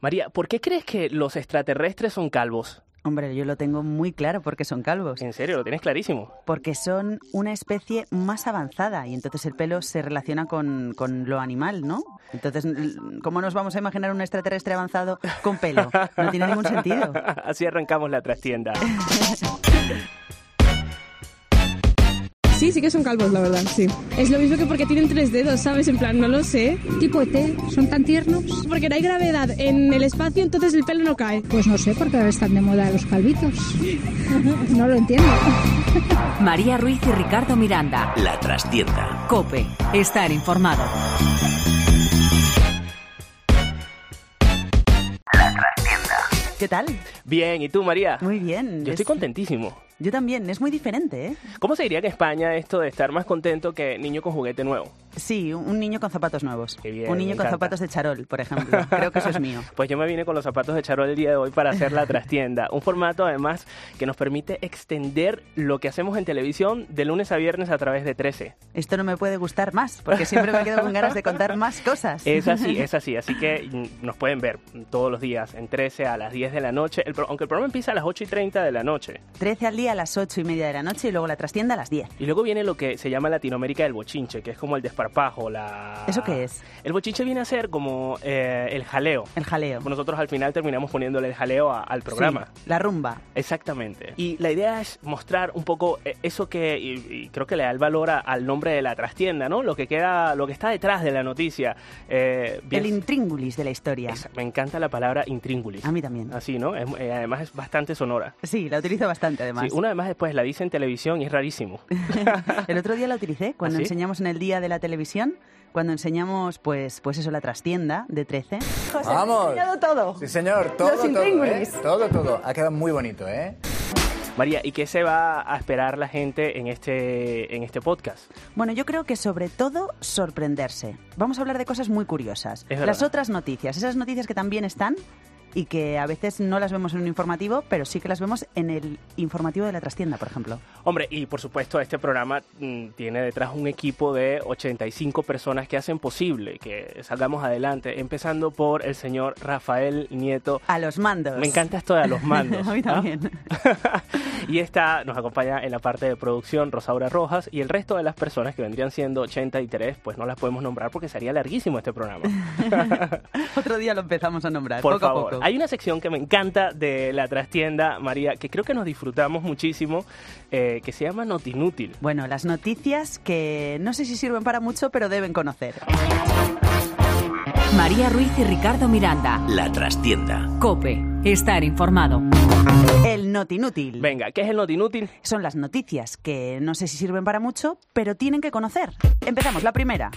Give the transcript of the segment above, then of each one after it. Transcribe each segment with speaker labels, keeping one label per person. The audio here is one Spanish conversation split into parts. Speaker 1: María, ¿por qué crees que los extraterrestres son calvos?
Speaker 2: Hombre, yo lo tengo muy claro porque son calvos.
Speaker 1: En serio, lo tienes clarísimo.
Speaker 2: Porque son una especie más avanzada y entonces el pelo se relaciona con, con lo animal, ¿no? Entonces, ¿cómo nos vamos a imaginar un extraterrestre avanzado con pelo? No tiene ningún sentido.
Speaker 1: Así arrancamos la trastienda.
Speaker 3: Sí, sí que son calvos, la verdad, sí.
Speaker 4: Es lo mismo que porque tienen tres dedos, ¿sabes? En plan, no lo sé.
Speaker 5: Tipo ET, son tan tiernos.
Speaker 4: Porque no hay gravedad en el espacio, entonces el pelo no cae.
Speaker 5: Pues no sé, porque ahora están de moda los calvitos. No lo entiendo.
Speaker 6: María Ruiz y Ricardo Miranda.
Speaker 7: La trastienda.
Speaker 6: Cope, estar informado.
Speaker 7: La trastienda.
Speaker 2: ¿Qué tal?
Speaker 1: Bien, ¿y tú, María?
Speaker 2: Muy bien.
Speaker 1: Yo estoy contentísimo.
Speaker 2: Yo también, es muy diferente, ¿eh?
Speaker 1: ¿Cómo se diría en España esto de estar más contento que niño con juguete nuevo?
Speaker 2: Sí, un niño con zapatos nuevos.
Speaker 1: Qué bien,
Speaker 2: un niño
Speaker 1: me
Speaker 2: con
Speaker 1: encanta.
Speaker 2: zapatos de charol, por ejemplo. Creo que eso es mío.
Speaker 1: Pues yo me vine con los zapatos de Charol el día de hoy para hacer la trastienda. Un formato además que nos permite extender lo que hacemos en televisión de lunes a viernes a través de 13.
Speaker 2: Esto no me puede gustar más, porque siempre me quedo con ganas de contar más cosas.
Speaker 1: Es así, es así. Así que mm, nos pueden ver todos los días en 13 a las 10 de la noche. El pro- aunque el programa empieza a las 8 y 30 de la noche.
Speaker 2: 13 al día a las 8 y media de la noche y luego la trastienda a las 10.
Speaker 1: Y luego viene lo que se llama Latinoamérica del bochinche, que es como el desparpajo, la...
Speaker 2: ¿Eso qué es?
Speaker 1: El bochinche viene a ser como eh, el jaleo.
Speaker 2: El jaleo.
Speaker 1: Nosotros al final terminamos poniéndole el jaleo a- al programa.
Speaker 2: Sí, la rumba.
Speaker 1: Exactamente. Y la idea es mostrar un poco eh, eso que y- y creo que le da el valor a- al nombre de la trastienda, ¿no? Lo que queda, lo que está detrás de la noticia. Eh, bien-
Speaker 2: El intríngulis de la historia.
Speaker 1: Esa- me encanta la palabra intríngulis.
Speaker 2: A mí también.
Speaker 1: Así, ¿no? Es- eh, además es bastante sonora.
Speaker 2: Sí, la utilizo bastante además.
Speaker 1: Sí, una vez más después la dice en televisión y es rarísimo.
Speaker 2: El otro día la utilicé cuando
Speaker 1: ¿Ah, sí?
Speaker 2: enseñamos en el día de la televisión, cuando enseñamos pues pues eso la trastienda de 13.
Speaker 8: Vamos.
Speaker 2: enseñado todo.
Speaker 8: Sí, señor, todo, todo, ¿eh?
Speaker 2: intríngulis.
Speaker 8: Todo, todo. Ha quedado muy bonito, ¿eh?
Speaker 1: María, ¿y qué se va a esperar la gente en este, en este podcast?
Speaker 2: Bueno, yo creo que sobre todo sorprenderse. Vamos a hablar de cosas muy curiosas.
Speaker 1: Es verdad.
Speaker 2: las otras noticias, esas noticias que también están y que a veces no las vemos en un informativo, pero sí que las vemos en el informativo de la trastienda, por ejemplo.
Speaker 1: Hombre, y por supuesto este programa mm, tiene detrás un equipo de 85 personas que hacen posible que salgamos adelante, empezando por el señor Rafael Nieto.
Speaker 2: A los mandos.
Speaker 1: Me encanta esto de a los mandos.
Speaker 2: A mí
Speaker 1: ¿ah?
Speaker 2: también.
Speaker 1: y esta nos acompaña en la parte de producción Rosaura Rojas y el resto de las personas que vendrían siendo 83, pues no las podemos nombrar porque sería larguísimo este programa.
Speaker 2: Otro día lo empezamos a nombrar,
Speaker 1: Por
Speaker 2: poco
Speaker 1: favor,
Speaker 2: a poco.
Speaker 1: hay una sección que me encanta de la trastienda, María, que creo que nos disfrutamos muchísimo, eh, que se llama Notinútil.
Speaker 2: Bueno, las noticias que no sé si sirven para mucho, pero deben conocer.
Speaker 6: María Ruiz y Ricardo Miranda.
Speaker 7: La trastienda.
Speaker 6: Cope, estar informado.
Speaker 2: El not inútil.
Speaker 1: Venga, ¿qué es el Notinútil?
Speaker 2: Son las noticias que no sé si sirven para mucho, pero tienen que conocer. Empezamos, la primera.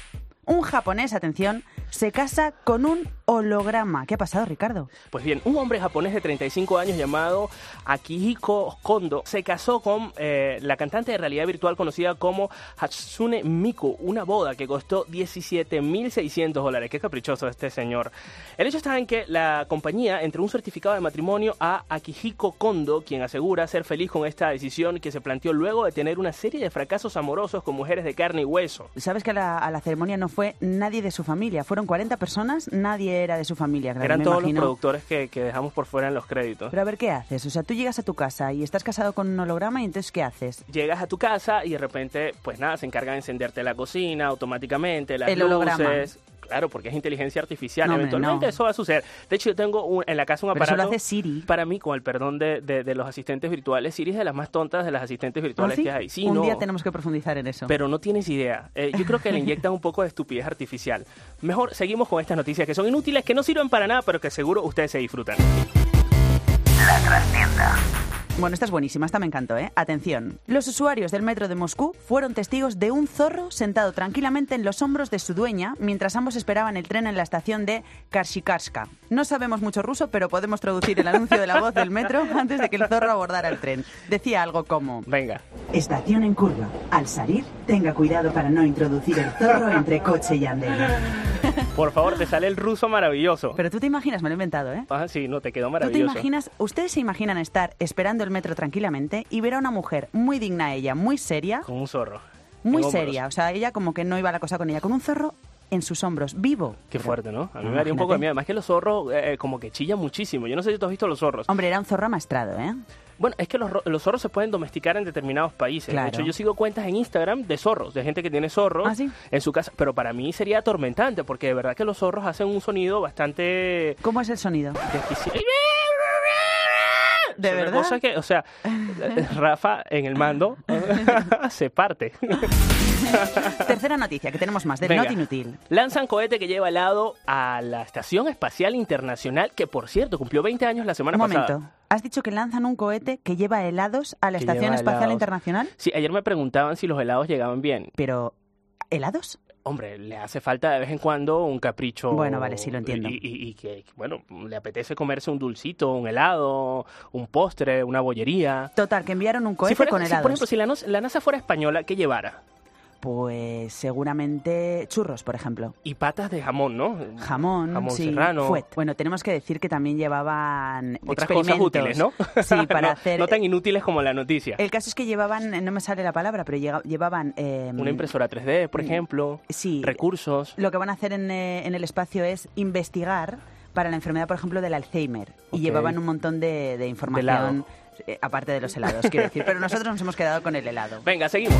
Speaker 2: Un japonés, atención, se casa con un holograma. ¿Qué ha pasado, Ricardo?
Speaker 1: Pues bien, un hombre japonés de 35 años llamado Akihiko Kondo se casó con eh, la cantante de realidad virtual conocida como Hatsune Miku, una boda que costó 17.600 dólares. Qué caprichoso este señor. El hecho está en que la compañía entregó un certificado de matrimonio a Akihiko Kondo, quien asegura ser feliz con esta decisión que se planteó luego de tener una serie de fracasos amorosos con mujeres de carne y hueso.
Speaker 2: Sabes que a la, a la ceremonia no fue nadie de su familia. Fueron 40 personas, nadie era de su familia. claro,
Speaker 1: Eran
Speaker 2: me
Speaker 1: todos
Speaker 2: imagino.
Speaker 1: los productores que, que dejamos por fuera en los créditos.
Speaker 2: Pero a ver, ¿qué haces? O sea, tú llegas a tu casa y estás casado con un holograma y entonces ¿qué haces?
Speaker 1: llegas a tu casa y de repente, pues nada, se encarga de encenderte la cocina automáticamente, las
Speaker 2: El holograma.
Speaker 1: luces. Claro, porque es inteligencia artificial.
Speaker 2: No, hombre,
Speaker 1: Eventualmente
Speaker 2: no.
Speaker 1: eso va a suceder. De hecho, yo tengo un- en la casa un
Speaker 2: Pero
Speaker 1: aparato.
Speaker 2: eso lo hace Siri.
Speaker 1: Para mí, con el perdón de, de- de los asistentes virtuales, Siri es de las más tontas de las asistentes virtuales
Speaker 2: ¿Ah, sí?
Speaker 1: que hay. Sí,
Speaker 2: Un
Speaker 1: no,
Speaker 2: día tenemos que profundizar en eso.
Speaker 1: Pero no tienes idea. Eh, yo creo que le inyectan un poco de estupidez artificial. Mejor seguimos con estas noticias que son inútiles, que no sirven para nada, pero que seguro ustedes se disfrutan.
Speaker 2: Bueno, esta es buenísima, esta me encantó, ¿eh? Atención. Los usuarios del metro de Moscú fueron testigos de un zorro sentado tranquilamente en los hombros de su dueña mientras ambos esperaban el tren en la estación de Karsikarska. No sabemos mucho ruso, pero podemos traducir el anuncio de la voz del metro antes de que el zorro abordara el tren. Decía algo como...
Speaker 1: Venga.
Speaker 2: Estación en curva. Al salir, tenga cuidado para no introducir el zorro entre coche y andén.
Speaker 1: Por favor, te sale el ruso maravilloso.
Speaker 2: Pero tú te imaginas, me lo he inventado, ¿eh?
Speaker 1: Ah, sí, no, te quedó
Speaker 2: ¿Tú te
Speaker 1: maravilloso.
Speaker 2: imaginas, ustedes se imaginan estar esperando el metro tranquilamente y ver a una mujer muy digna a ella, muy seria,
Speaker 1: Con un zorro.
Speaker 2: muy
Speaker 1: En hombros.
Speaker 2: seria. O sea, ella como que no iba la cosa con ella, con un zorro en sus hombros, vivo.
Speaker 1: Qué fuerte, ¿no? A mí me
Speaker 2: Imagínate.
Speaker 1: daría un poco de miedo. Además que los zorros eh, como que chillan muchísimo. Yo no sé si tú has visto los zorros.
Speaker 2: Hombre, era un zorro amastrado, ¿eh?
Speaker 1: Bueno, es que los, ro- los zorros se pueden domesticar en determinados países.
Speaker 2: Claro.
Speaker 1: De hecho, yo sigo cuentas en Instagram de zorros, de gente que tiene zorros
Speaker 2: Ah, ¿sí?
Speaker 1: en su casa. Pero para mí sería atormentante, porque de verdad que los zorros hacen un sonido bastante...
Speaker 2: ¿Cómo es el sonido?
Speaker 1: despiciente.
Speaker 2: ¿De
Speaker 1: Una
Speaker 2: verdad?
Speaker 1: cosa que, o sea, Rafa en el mando se parte.
Speaker 2: Tercera noticia, que tenemos más, del
Speaker 1: Venga.
Speaker 2: not inútil.
Speaker 1: Lanzan cohete que lleva al lado a la Estación Espacial Internacional, que por cierto cumplió 20 años la semana
Speaker 2: Un
Speaker 1: pasada.
Speaker 2: momento. ¿Has dicho que lanzan un cohete que lleva helados a la
Speaker 1: Que
Speaker 2: Estación
Speaker 1: lleva
Speaker 2: Espacial
Speaker 1: helados.
Speaker 2: Internacional?
Speaker 1: Sí, ayer me preguntaban si los helados llegaban bien.
Speaker 2: Pero, ¿helados?
Speaker 1: Hombre, le hace falta de vez en cuando un capricho.
Speaker 2: Bueno, vale, sí, lo entiendo.
Speaker 1: Y, y- y que, bueno, le apetece comerse un dulcito, un helado, un postre, una bollería.
Speaker 2: Total, que enviaron un cohete
Speaker 1: si fuera-
Speaker 2: con
Speaker 1: si,
Speaker 2: helados.
Speaker 1: por ejemplo, si la, nos- la NASA fuera española, ¿qué llevara?
Speaker 2: Pues seguramente churros, por ejemplo.
Speaker 1: Y patas de jamón, ¿no?
Speaker 2: Jamón,
Speaker 1: Jamón
Speaker 2: sí,
Speaker 1: serrano.
Speaker 2: fuet. Bueno, tenemos que decir que también llevaban
Speaker 1: Otras cosas
Speaker 2: experimentos.
Speaker 1: útiles, ¿no?
Speaker 2: Sí, para
Speaker 1: No-
Speaker 2: hacer. Eh,
Speaker 1: No tan inútiles como la noticia.
Speaker 2: El caso es que llevaban, no me sale la palabra, pero llega- llevaban. eh,
Speaker 1: Una impresora 3D,
Speaker 2: mm,
Speaker 1: por ejemplo.
Speaker 2: Sí.
Speaker 1: Recursos.
Speaker 2: Lo que van a hacer en, eh, en el espacio es investigar para la enfermedad, por ejemplo, del Alzheimer. Y
Speaker 1: Ok.
Speaker 2: llevaban un montón de, de información,
Speaker 1: helado.
Speaker 2: eh, aparte de los helados, quiero decir. Pero nosotros nos hemos quedado con el helado.
Speaker 1: Venga, seguimos.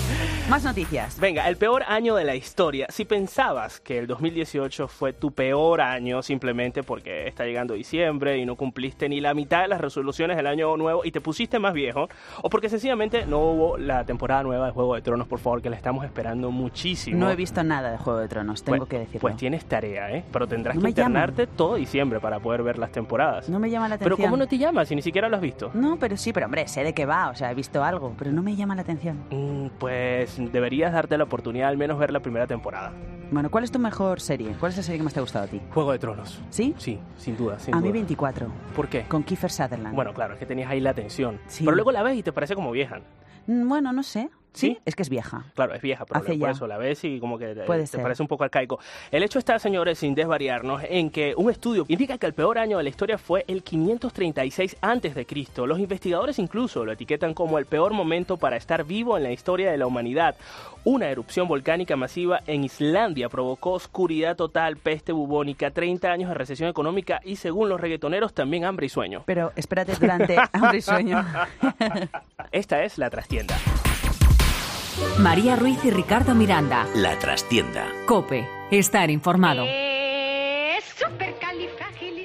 Speaker 2: Más noticias.
Speaker 1: Venga, el peor año de la historia. Si pensabas que el 2018 fue tu peor año simplemente porque está llegando diciembre y no cumpliste ni la mitad de las resoluciones del año nuevo y te pusiste más viejo, o porque sencillamente no hubo la temporada nueva de Juego de Tronos, por favor, que la estamos esperando muchísimo.
Speaker 2: No he visto nada de Juego de Tronos, tengo
Speaker 1: Pues-
Speaker 2: que decirlo.
Speaker 1: Pues tienes tarea, ¿eh? Pero tendrás
Speaker 2: No
Speaker 1: que
Speaker 2: me llaman.
Speaker 1: internarte todo diciembre para poder ver las temporadas.
Speaker 2: No me llama la
Speaker 1: Pero
Speaker 2: atención.
Speaker 1: ¿cómo no te llamas si ni siquiera lo has visto?
Speaker 2: No, pero sí, pero hombre, sé de qué va, o sea, he visto algo, pero no me llama la atención.
Speaker 1: Mm, Pues deberías darte la oportunidad al menos ver la primera temporada.
Speaker 2: Bueno, ¿cuál es tu mejor serie? ¿Cuál es la serie que más te ha gustado a ti?
Speaker 1: Juego de Tronos.
Speaker 2: ¿Sí?
Speaker 1: Sí, sin duda, sin
Speaker 2: a mí
Speaker 1: duda.
Speaker 2: 24,
Speaker 1: ¿Por qué?
Speaker 2: con Kiefer Sutherland.
Speaker 1: Bueno, claro, es que tenías ahí la atención.
Speaker 2: Sí.
Speaker 1: Pero luego la ves y te parece como vieja.
Speaker 2: Mm, bueno, no sé. ¿Sí?
Speaker 1: ¿Sí?
Speaker 2: Es que es vieja.
Speaker 1: Claro, es vieja, pero
Speaker 2: Hace
Speaker 1: por
Speaker 2: ya.
Speaker 1: eso la ves y como que te-
Speaker 2: Puede
Speaker 1: te
Speaker 2: ser.
Speaker 1: parece un poco arcaico. El hecho está, señores, sin desvariarnos, en que un estudio indica que el peor año de la historia fue el 536 antes de Cristo. Los investigadores incluso lo etiquetan como el peor momento para estar vivo en la historia de la humanidad. Una erupción volcánica masiva en Islandia provocó oscuridad total, peste bubónica, 30 años de recesión económica y según los reggaetoneros también hambre y sueño.
Speaker 2: Pero espérate durante Hambre y Sueño.
Speaker 1: Esta es la trastienda.
Speaker 6: María Ruiz y Ricardo Miranda.
Speaker 7: La trastienda.
Speaker 6: Cope. Estar informado.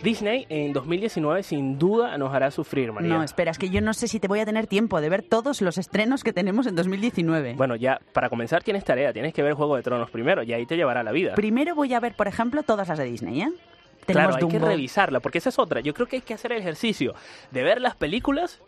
Speaker 1: Disney en 2019 sin duda nos hará sufrir, María.
Speaker 2: no, espera, es que yo no sé si te voy a tener tiempo de ver todos los estrenos que tenemos en 2019.
Speaker 1: Bueno, ya para comenzar tienes tarea, tienes que ver Juego de Tronos primero y ahí te llevará la vida.
Speaker 2: Primero voy a ver, por ejemplo, todas las de Disney, ¿eh?
Speaker 1: claro,
Speaker 2: Tenemos
Speaker 1: hay que
Speaker 2: Dumbo.
Speaker 1: revisarla, porque esa es otra. Yo creo que hay que hacer el ejercicio de ver las películas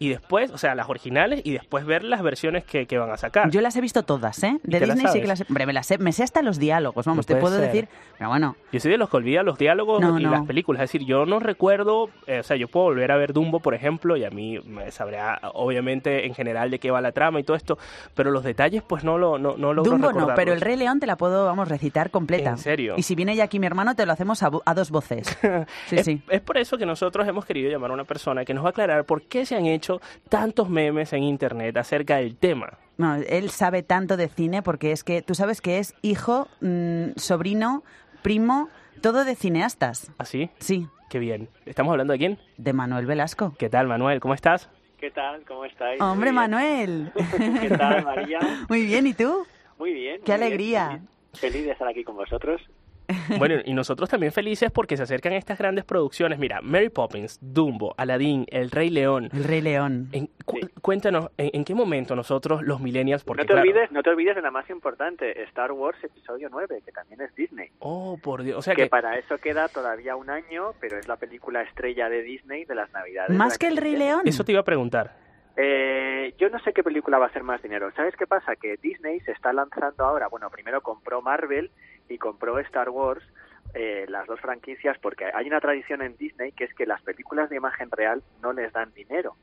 Speaker 1: y después, o sea, las originales y después ver las versiones que, que van a sacar.
Speaker 2: Yo las he visto todas, ¿eh? De
Speaker 1: te las
Speaker 2: Disney sí
Speaker 1: sabes?
Speaker 2: que las he... Hombre, me las sé, me sé hasta los diálogos, vamos,
Speaker 1: No
Speaker 2: te
Speaker 1: puede ser.
Speaker 2: puedo decir... Pero bueno,
Speaker 1: Yo soy de los que olvida los diálogos
Speaker 2: No,
Speaker 1: y
Speaker 2: no.
Speaker 1: las películas. Es decir, yo no recuerdo, eh, o sea, yo puedo volver a ver Dumbo, por ejemplo, y a mí me sabrá, obviamente, en general de qué va la trama y todo esto, pero los detalles, pues no lo no, no logro
Speaker 2: Dumbo no,
Speaker 1: recordarlos.
Speaker 2: pero el Rey León te la puedo, vamos, recitar completa.
Speaker 1: ¿En serio?
Speaker 2: Y si viene ya aquí mi hermano, te lo hacemos a, vo- a dos voces. Sí,
Speaker 1: es,
Speaker 2: sí.
Speaker 1: es por eso que nosotros hemos querido llamar a una persona que nos va a aclarar por qué se han hecho tantos memes en internet acerca del tema.
Speaker 2: No, él sabe tanto de cine porque es que tú sabes que es hijo, mm, sobrino, primo, todo de cineastas.
Speaker 1: ¿Así?
Speaker 2: Sí,
Speaker 1: Qué bien. ¿Estamos hablando de quién?
Speaker 2: de Manuel Velasco.
Speaker 1: ¿Qué tal, Manuel? ¿Cómo estás?
Speaker 9: ¿Qué tal? ¿Cómo estáis?
Speaker 2: Hombre,
Speaker 9: Muy bien.
Speaker 2: Manuel.
Speaker 9: ¿Qué tal, María?
Speaker 2: Muy bien, ¿y tú?
Speaker 9: Muy bien.
Speaker 2: Qué
Speaker 9: muy bien,
Speaker 2: alegría.
Speaker 9: feliz- Feliz de estar aquí con vosotros.
Speaker 1: Bueno, y nosotros también felices porque se acercan estas grandes producciones. Mira, Mary Poppins, Dumbo, Aladdin, El Rey León.
Speaker 2: El Rey León.
Speaker 1: En- cu-
Speaker 9: Sí.
Speaker 1: Cuéntanos, ¿en, en qué momento nosotros, los millennials, porque
Speaker 9: no, te
Speaker 1: claro-
Speaker 9: olvides, no te olvides de la más importante, Star Wars Episodio 9, que también es Disney.
Speaker 1: Oh, por Dios. O sea
Speaker 9: que,
Speaker 1: que...
Speaker 9: para eso queda todavía un año, pero es la película estrella de Disney de las Navidades. de
Speaker 2: Más
Speaker 9: la
Speaker 2: que El Rey
Speaker 9: viene.
Speaker 2: León.
Speaker 1: Eso te iba a preguntar.
Speaker 9: Eh, yo no sé qué película va a hacer más dinero. ¿Sabes qué pasa? Que Disney se está lanzando ahora. Bueno, primero compró Marvel y compró Star Wars, eh, las dos franquicias, porque hay una tradición en Disney que es que las películas de imagen real no les dan dinero.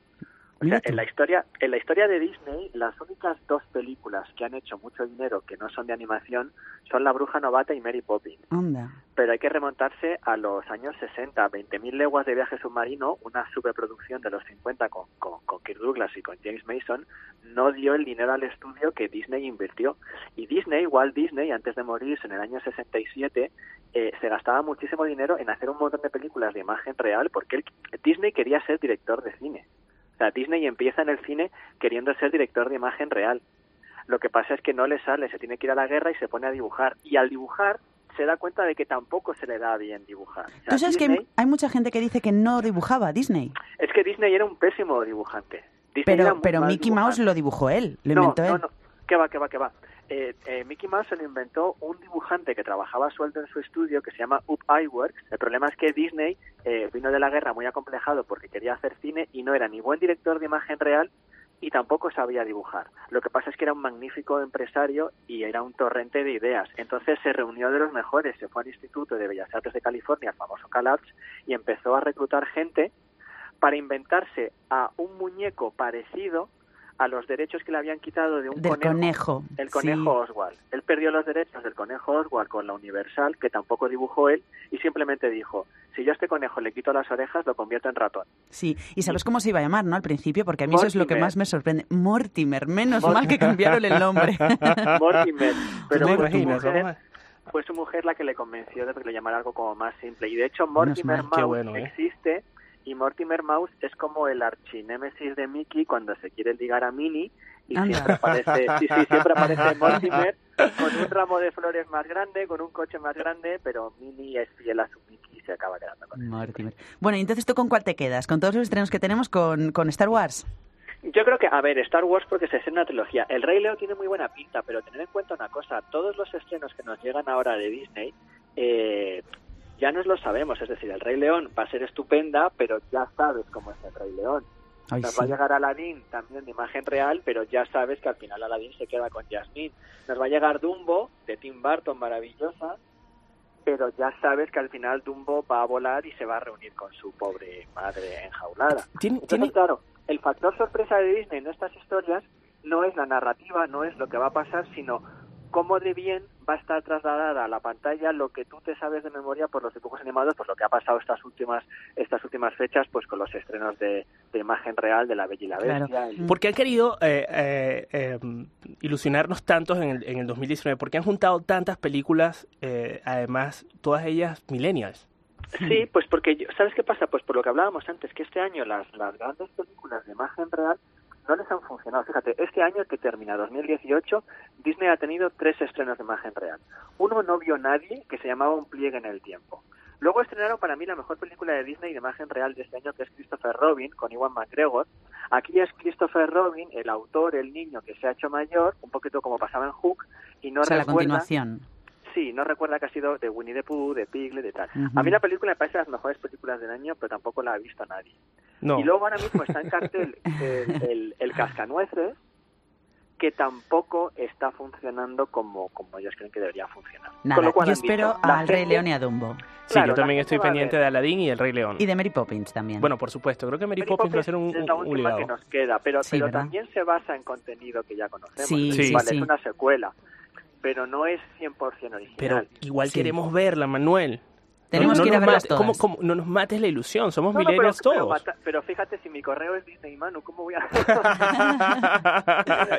Speaker 9: O sea, en la historia, en la historia de Disney, las únicas dos películas que han hecho mucho dinero que no son de animación son La Bruja Novata y Mary Poppins.
Speaker 2: Anda.
Speaker 9: Pero hay que remontarse a los años 60, 20.000 leguas de viaje submarino, una superproducción de los 50 con, con, con Kirk Douglas y con James Mason, no dio el dinero al estudio que Disney invirtió. Y Disney, Walt Disney, antes de morirse en el año 67, eh, se gastaba muchísimo dinero en hacer un montón de películas de imagen real porque él- Disney quería ser director de cine. O sea, Disney empieza en el cine queriendo ser director de imagen real. Lo que pasa es que no le sale, se tiene que ir a la guerra y se pone a dibujar. Y al dibujar se da cuenta de que tampoco se le da bien dibujar. O sea,
Speaker 2: Tú sabes
Speaker 9: Disney-
Speaker 2: que hay mucha gente que dice que no dibujaba Disney,
Speaker 9: Es que Disney era un pésimo dibujante. Disney era
Speaker 2: pero,
Speaker 9: muy
Speaker 2: pero
Speaker 9: mal
Speaker 2: Mickey Mouse
Speaker 9: dibujante.
Speaker 2: lo dibujó él, lo
Speaker 9: no,
Speaker 2: inventó
Speaker 9: no,
Speaker 2: él.
Speaker 9: no. Que va, que va, que va. Eh, eh, Mickey Mouse se lo inventó un dibujante que trabajaba a sueldo en su estudio que se llama Up Iwerks. El problema es que Disney eh, vino de la guerra muy acomplejado porque quería hacer cine y no era ni buen director de imagen real y tampoco sabía dibujar. Lo que pasa es que era un magnífico empresario y era un torrente de ideas. Entonces se reunió de los mejores, se fue al Instituto de Bellas Artes de California, el famoso CalArts, y empezó a reclutar gente para inventarse a un muñeco parecido a los derechos que le habían quitado de un
Speaker 2: Del
Speaker 9: conejo.
Speaker 2: conejo.
Speaker 9: El
Speaker 2: sí.
Speaker 9: conejo Oswald. Él perdió los derechos del conejo Oswald con la Universal, que tampoco dibujó él, y simplemente dijo, si yo a este conejo le quito las orejas, lo convierto en ratón.
Speaker 2: Sí, y sabes cómo se iba a llamar, ¿no? Al principio, porque a mí eso es lo que
Speaker 9: Mortimer.
Speaker 2: más me sorprende. Mortimer, menos mal que cambiaron el nombre.
Speaker 9: Mortimer. Pero
Speaker 1: ¿Te
Speaker 9: fue su,
Speaker 1: imaginas,
Speaker 9: mujer,
Speaker 1: Omar?
Speaker 9: fue su mujer la que le convenció de que le llamara algo como más simple. Y de hecho,
Speaker 2: Menos
Speaker 9: Mortimer
Speaker 2: mal,
Speaker 1: qué
Speaker 9: Mouse
Speaker 1: bueno, ¿eh?
Speaker 9: existe, y Mortimer Mouse es como el archinémesis de Mickey cuando se quiere ligar a Minnie, y
Speaker 2: Anda.
Speaker 9: siempre aparece, sí, sí, siempre aparece Mortimer con un ramo de flores más grande, con un coche más grande, pero Minnie es fiel a su Mickey y se acaba quedando con él.
Speaker 2: Mortimer. Bueno, y entonces tú con cuál te quedas? Con todos los estrenos que tenemos con, con Star Wars.
Speaker 9: Yo creo que, a ver, Star Wars porque se estrena una trilogía. El Rey Leo tiene muy buena pinta, pero tener en cuenta una cosa, todos los estrenos que nos llegan ahora de Disney, eh, ya nos lo sabemos. Es decir, el Rey León va a ser estupenda, pero ya sabes cómo es el Rey León.
Speaker 2: Ay,
Speaker 9: Nos
Speaker 2: sí.
Speaker 9: va a llegar Aladdin también de imagen real, pero ya sabes que al final Aladdin se queda con Jasmine. Nos va a llegar Dumbo de Tim Burton, maravillosa, pero ya sabes que al final Dumbo va a volar y se va a reunir con su pobre madre enjaulada.
Speaker 1: Tiene-
Speaker 9: Entonces,
Speaker 1: tiene-
Speaker 9: claro, el factor sorpresa de Disney en estas historias no es la narrativa, no es lo que va a pasar, sino cómo de bien va a estar trasladada a la pantalla lo que tú te sabes de memoria por los dibujos animados, por lo que ha pasado estas últimas estas últimas fechas, pues con los estrenos de, de imagen real de La Bella y la
Speaker 2: Claro.
Speaker 9: Bestia. el-
Speaker 1: ¿Por qué han querido eh, eh, eh, ilusionarnos tantos en el, en el 2019? ¿Por qué han juntado tantas películas, eh, además, todas ellas millennials?
Speaker 9: Sí, pues porque, yo- ¿sabes qué pasa? Pues por lo que hablábamos antes, que este año las, las grandes películas de imagen real no les han funcionado. Fíjate, este año que termina 2018, Disney ha tenido tres estrenos de imagen real. Uno no vio nadie, que se llamaba Un pliegue en el tiempo. Luego estrenaron para mí la mejor película de Disney de imagen real de este año, que es Christopher Robin, con Iwan McGregor. Aquí es Christopher Robin, el autor, el niño que se ha hecho mayor, un poquito como pasaba en Hook, y no
Speaker 2: o sea, la
Speaker 9: recuerda
Speaker 2: continuación.
Speaker 9: Sí, no recuerda que ha sido de Winnie the Pooh, de Piglet, de tal.
Speaker 2: Ujú.
Speaker 9: A mí la película me parece de las mejores películas del año, pero tampoco la ha visto nadie.
Speaker 1: No.
Speaker 9: Y luego eh, ahora mismo está en cartel el, el, el Cascanueces, que tampoco está funcionando como, como ellos creen que debería funcionar.
Speaker 2: Nada,
Speaker 9: Con lo cual
Speaker 2: yo
Speaker 9: han dicho,
Speaker 2: espero
Speaker 9: la
Speaker 2: al Rey
Speaker 9: gente-
Speaker 2: León y a Dumbo.
Speaker 1: sí,
Speaker 9: claro,
Speaker 1: yo
Speaker 9: la
Speaker 1: también
Speaker 9: gente
Speaker 1: estoy
Speaker 9: va a
Speaker 1: pendiente
Speaker 9: ver.
Speaker 1: de Aladdin y el Rey León.
Speaker 2: Y de Mary Poppins también.
Speaker 1: Bueno, por supuesto, creo que Mary,
Speaker 9: Mary
Speaker 1: Poppins va a
Speaker 9: Poppins
Speaker 1: ser un,
Speaker 9: es la
Speaker 1: un
Speaker 9: última
Speaker 1: obligado.
Speaker 9: que nos queda, pero,
Speaker 2: Sí,
Speaker 9: pero
Speaker 2: ¿verdad?
Speaker 9: también se basa en contenido que ya conocemos.
Speaker 2: Sí,
Speaker 1: Sí. sí,
Speaker 9: vale,
Speaker 2: sí.
Speaker 9: es una secuela, pero no es 100% original.
Speaker 1: Pero igual
Speaker 2: Sí.
Speaker 1: queremos verla, Manuel.
Speaker 2: Tenemos que ir a
Speaker 1: nos
Speaker 2: verlas
Speaker 1: mates-
Speaker 2: todas.
Speaker 1: ¿cómo- cómo- no nos mates la ilusión, somos
Speaker 9: No, no, pero,
Speaker 1: millennials
Speaker 9: pero
Speaker 1: todos.
Speaker 9: mata- pero fíjate, si mi correo es Disney Manu, ¿cómo voy a...?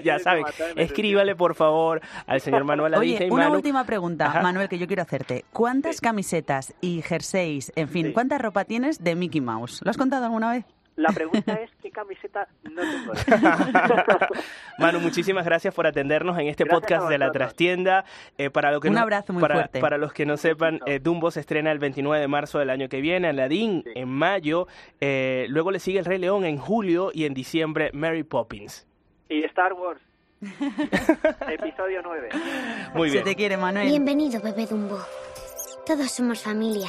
Speaker 1: ya saben,
Speaker 9: Matarme,
Speaker 1: escríbale por favor al señor Manuel
Speaker 2: Oye,
Speaker 1: Adite y
Speaker 2: una
Speaker 1: Manu.
Speaker 2: última pregunta, Manuel, que yo quiero hacerte. ¿Cuántas camisetas y jerseys, en fin,
Speaker 9: Sí.
Speaker 2: cuánta ropa tienes de Mickey Mouse? ¿Lo has contado alguna vez?
Speaker 9: La pregunta es, ¿qué camiseta no tengo?
Speaker 1: Manu, muchísimas gracias por atendernos en este
Speaker 9: Gracias
Speaker 1: podcast
Speaker 9: a
Speaker 1: de la
Speaker 9: vosotros.
Speaker 1: trastienda. Eh, para lo que
Speaker 2: Un
Speaker 1: no-
Speaker 2: abrazo muy
Speaker 1: para,
Speaker 2: fuerte.
Speaker 1: Para los que no sepan, eh, Dumbo se estrena el 29 de marzo del año que viene, Aladdin
Speaker 9: Sí.
Speaker 1: en mayo, eh, luego le sigue El Rey León en julio y en diciembre Mary Poppins.
Speaker 9: y Star Wars, episodio 9.
Speaker 1: Muy bien.
Speaker 2: Se te quiere, Manuel.
Speaker 10: Bienvenido, bebé Dumbo. Todos somos familia.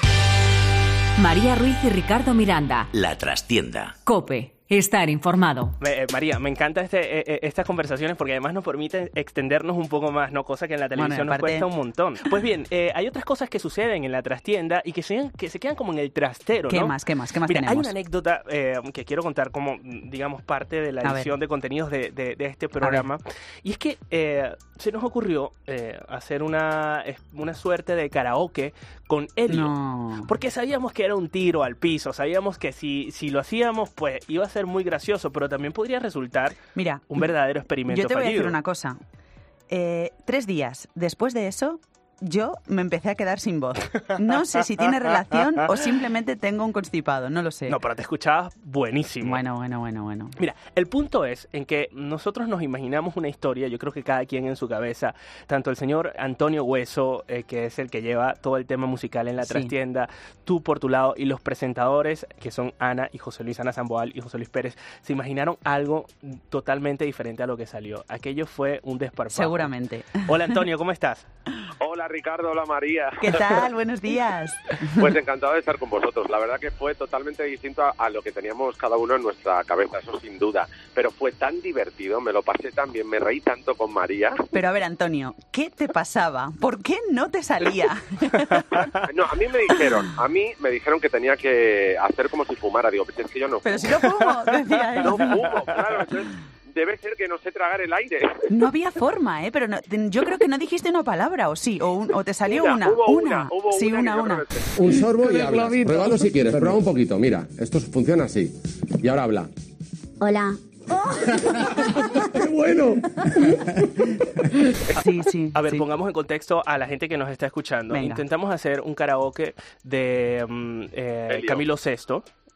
Speaker 6: María Ruiz y Ricardo Miranda.
Speaker 7: La trastienda.
Speaker 6: Cope. Estar informado.
Speaker 1: Me- eh, María, me encantan este, eh, eh, estas conversaciones porque además nos permiten extendernos un poco más, ¿no? Cosa que en la
Speaker 2: Bueno,
Speaker 1: televisión
Speaker 2: en
Speaker 1: nos
Speaker 2: parte-
Speaker 1: cuesta un montón. Pues bien, eh, hay otras cosas que suceden en la trastienda y que se, que se quedan como en el trastero,
Speaker 2: ¿Qué
Speaker 1: ¿no?
Speaker 2: más? ¿Qué más? ¿Qué más
Speaker 1: Mira, hay
Speaker 2: tenemos?
Speaker 1: una anécdota eh, que quiero contar como, digamos, parte de la
Speaker 2: A
Speaker 1: edición de contenidos de, de- de este programa. Y es que eh, se nos ocurrió eh, hacer una, es- una suerte de karaoke con Elio.
Speaker 2: No.
Speaker 1: Porque sabíamos que era un tiro al piso, sabíamos que si, si lo hacíamos, pues iba a ser muy gracioso, pero también podría resultar
Speaker 2: Mira,
Speaker 1: un verdadero experimento
Speaker 2: yo te voy a
Speaker 1: fallido.
Speaker 2: decir una cosa. Eh, tres días después de eso, yo me empecé a quedar sin voz. No sé si tiene relación o simplemente tengo un constipado, no lo sé.
Speaker 1: No, pero te escuchabas buenísimo.
Speaker 2: Bueno, bueno, bueno, bueno.
Speaker 1: Mira, el punto es en que nosotros nos imaginamos una historia, yo creo que cada quien en su cabeza, tanto el señor Antonio Hueso, eh, que es el que lleva todo el tema musical en la
Speaker 2: Sí.
Speaker 1: trastienda, tú por tu lado, y los presentadores, que son Ana y José Luis, Ana Zamboal y José Luis Pérez, se imaginaron algo totalmente diferente a lo que salió. Aquello fue un desparpajo.
Speaker 2: Seguramente.
Speaker 1: Hola Antonio, ¿cómo estás?
Speaker 11: Hola Ricardo, hola María.
Speaker 2: ¿Qué tal? Buenos días.
Speaker 11: Pues encantado de estar con vosotros. La verdad que fue totalmente distinto a, a lo que teníamos cada uno en nuestra cabeza, eso sin duda. Pero fue tan divertido, me lo pasé tan bien, me reí tanto con María.
Speaker 2: Pero a ver, Antonio, ¿qué te pasaba? ¿Por qué no te salía?
Speaker 11: No, a mí me dijeron, a mí me dijeron que tenía que hacer como si fumara. Digo, "Pues es que yo no
Speaker 2: Pero
Speaker 11: fumo.
Speaker 2: si no fumo, decía él.
Speaker 11: No fumo, claro. entonces debe ser que no sé tragar el aire.
Speaker 2: No había forma, ¿eh? Pero no- yo creo que no dijiste una palabra, o sí, o, un- o te salió
Speaker 11: Mira,
Speaker 2: una.
Speaker 11: hubo una, hubo
Speaker 2: sí,
Speaker 11: una
Speaker 2: una,
Speaker 11: que yo
Speaker 2: una.
Speaker 11: creo
Speaker 12: Un sorbo y
Speaker 11: Con el
Speaker 12: hablas.
Speaker 11: globito.
Speaker 12: Pruébalo si quieres, prueba un poquito. Mira, esto funciona así. Y ahora habla.
Speaker 10: Hola.
Speaker 12: ¡Qué bueno!
Speaker 2: Sí, sí.
Speaker 1: A ver,
Speaker 2: sí.
Speaker 1: pongamos en contexto a la gente que nos está escuchando.
Speaker 2: Venga.
Speaker 1: Intentamos hacer un karaoke de mm, eh,
Speaker 11: Elio.
Speaker 1: Camilo VI.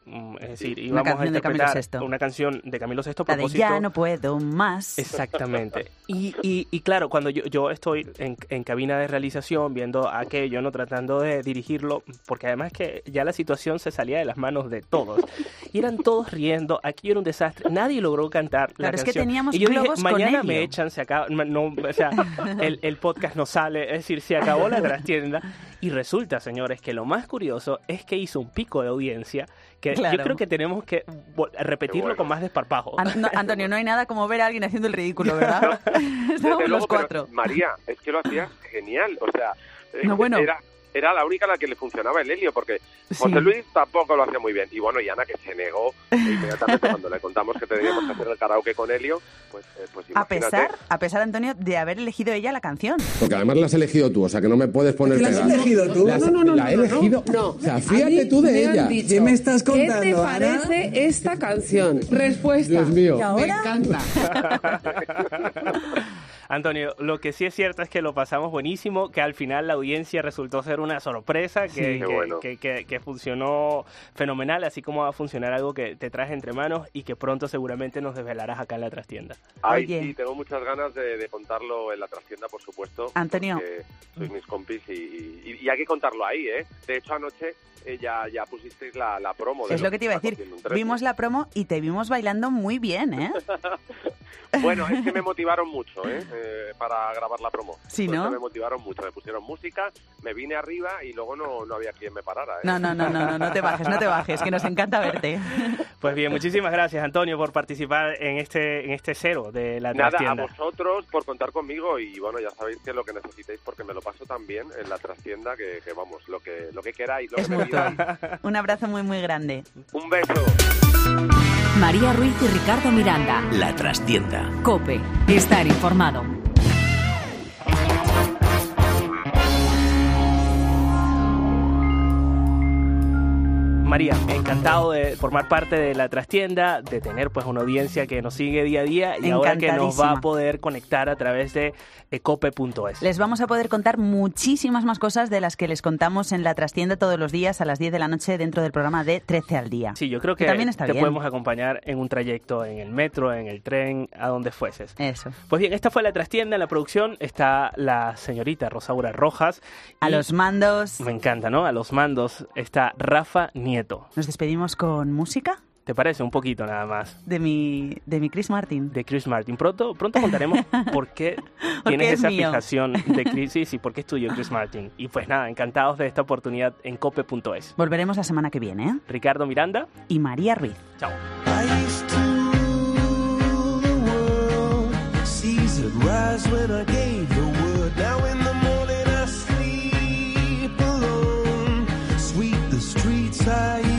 Speaker 1: mm, Es decir, íbamos
Speaker 2: Una
Speaker 1: a
Speaker 2: canción de Camilo
Speaker 1: interpretar
Speaker 2: Sesto.
Speaker 1: una canción de Camilo VI a
Speaker 2: La de
Speaker 1: propósito.
Speaker 2: ya no puedo más.
Speaker 1: Exactamente. Y, y- y claro, cuando yo, yo estoy en, en cabina de realización viendo aquello, no tratando de dirigirlo, porque además que ya la situación se salía de las manos de todos. Y eran todos riendo, aquí era un desastre, nadie logró cantar la
Speaker 2: Claro, es que
Speaker 1: canción.
Speaker 2: teníamos
Speaker 1: y yo
Speaker 2: globos
Speaker 1: dije,
Speaker 2: con
Speaker 1: mañana
Speaker 2: helio".
Speaker 1: me echan, se acaba, ma- no, o sea, el, el podcast no sale, es decir, se acabó la trastienda. Y resulta, señores, que lo más curioso es que hizo un pico de audiencia que
Speaker 2: Claro.
Speaker 1: yo creo que tenemos que vol- repetirlo
Speaker 11: bueno.
Speaker 1: con más desparpajo.
Speaker 2: An- no, Antonio, no hay nada como ver a alguien haciendo el ridículo, ¿verdad? Estábamos
Speaker 11: Desde
Speaker 2: los
Speaker 11: luego, pero,
Speaker 2: cuatro.
Speaker 11: María, es que lo hacías genial. O sea, eh,
Speaker 2: No, bueno.
Speaker 11: era, era la única a la que le funcionaba el helio, porque José
Speaker 2: Sí.
Speaker 11: Luis tampoco lo hacía muy bien. Y bueno, y Ana, que se negó eh, inmediatamente cuando le contamos que teníamos que hacer el karaoke con helio, pues, eh, pues
Speaker 2: A
Speaker 11: imagínate.
Speaker 2: pesar, a pesar, Antonio, de haber elegido ella la canción.
Speaker 12: Porque además la has elegido tú, o sea que no me puedes poner
Speaker 13: ¿La has
Speaker 12: pegas.
Speaker 13: elegido tú?
Speaker 12: La, has-
Speaker 13: No, no, no,
Speaker 12: la he
Speaker 13: no, no,
Speaker 12: elegido.
Speaker 13: no.
Speaker 12: O sea,
Speaker 13: A
Speaker 12: Ah, fíjate
Speaker 13: mí
Speaker 12: tú de
Speaker 13: me han
Speaker 12: ella.
Speaker 13: dicho,
Speaker 12: ¿Qué me estás
Speaker 13: ¿Qué te
Speaker 12: contando, Ana?
Speaker 13: parece esta canción? Respuesta.
Speaker 12: Dios mío.
Speaker 13: Me encanta.
Speaker 1: Antonio, lo que sí es cierto es que lo pasamos buenísimo, que al final la audiencia resultó ser una sorpresa, que,
Speaker 2: Sí.
Speaker 1: que-
Speaker 11: Qué bueno.
Speaker 1: que- que- que funcionó fenomenal, así como va a funcionar algo que te traes entre manos y que pronto seguramente nos desvelarás acá en la trastienda.
Speaker 11: Ay,
Speaker 2: Oye.
Speaker 11: sí, tengo muchas ganas de, de contarlo en la trascienda, por supuesto.
Speaker 2: Antonio.
Speaker 11: porque Sois mis compis y, y- y hay que contarlo ahí, ¿eh? De hecho, anoche eh, ya, ya pusisteis la, la promo. de
Speaker 2: Es
Speaker 11: lo
Speaker 2: lo que te iba a
Speaker 11: está
Speaker 2: decir.
Speaker 11: cogiendo un Pues tren.
Speaker 2: Vimos la promo y te vimos bailando muy bien, ¿eh?
Speaker 11: Bueno, es que me motivaron mucho, ¿eh? Eh, para grabar la promo.
Speaker 2: Sí,
Speaker 11: Entonces,
Speaker 2: ¿no?
Speaker 11: Me motivaron mucho. Me pusieron música, me vine arriba y luego no, no había quien me parara. ¿eh?
Speaker 2: No, no, no, no, no, no te bajes, no te bajes, que nos encanta verte.
Speaker 1: Pues bien, muchísimas gracias Antonio por participar en este, en este cero de la
Speaker 11: Nada, a
Speaker 1: trastienda.
Speaker 11: vosotros por contar conmigo y bueno, ya sabéis que lo que necesitéis porque me lo paso tan bien en la trascienda que, que vamos, lo que, lo que queráis, lo
Speaker 2: Es
Speaker 11: que me
Speaker 2: mutuo.
Speaker 11: pidáis.
Speaker 2: Un abrazo muy, muy grande.
Speaker 11: Un beso.
Speaker 6: María Ruiz y Ricardo Miranda.
Speaker 7: La trastienda.
Speaker 6: Cope. Estar informado.
Speaker 1: María, encantado de formar parte de la trastienda, de tener pues una audiencia que nos sigue día a día y ahora que nos va a
Speaker 2: Encantadísima.
Speaker 1: poder conectar a través de ecope.es.
Speaker 2: Les vamos a poder contar muchísimas más cosas de las que les contamos en la trastienda todos los días a las 10 de la noche dentro del programa de 13 al día.
Speaker 1: Sí, yo creo que,
Speaker 2: Que también está
Speaker 1: te
Speaker 2: bien.
Speaker 1: podemos acompañar en un trayecto, en el metro, en el tren, a donde fueses.
Speaker 2: Eso.
Speaker 1: Pues bien, esta fue la trastienda, en la producción está la señorita Rosaura Rojas.
Speaker 2: A
Speaker 1: y
Speaker 2: los mandos.
Speaker 1: Me encanta, ¿no? A los mandos está Rafa Nieto.
Speaker 2: Nos despedimos con música
Speaker 1: ¿Te parece? Un poquito nada más.
Speaker 2: de mi, de mi Chris Martin.
Speaker 1: De Chris Martin. Pronto, pronto contaremos por qué
Speaker 2: Porque
Speaker 1: tienes
Speaker 2: es
Speaker 1: esa
Speaker 2: mío.
Speaker 1: fijación de Chris y por qué es tuyo Chris Martin. Y pues nada, encantados de esta oportunidad en cope.es.
Speaker 2: Volveremos la semana que viene, ¿eh?
Speaker 1: Ricardo Miranda,
Speaker 2: Y María Ruiz.
Speaker 1: chao.
Speaker 13: I
Speaker 9: lights to the world. Seas rise when I gave the word. Now in the morning I sleep alone. Sweep the streets I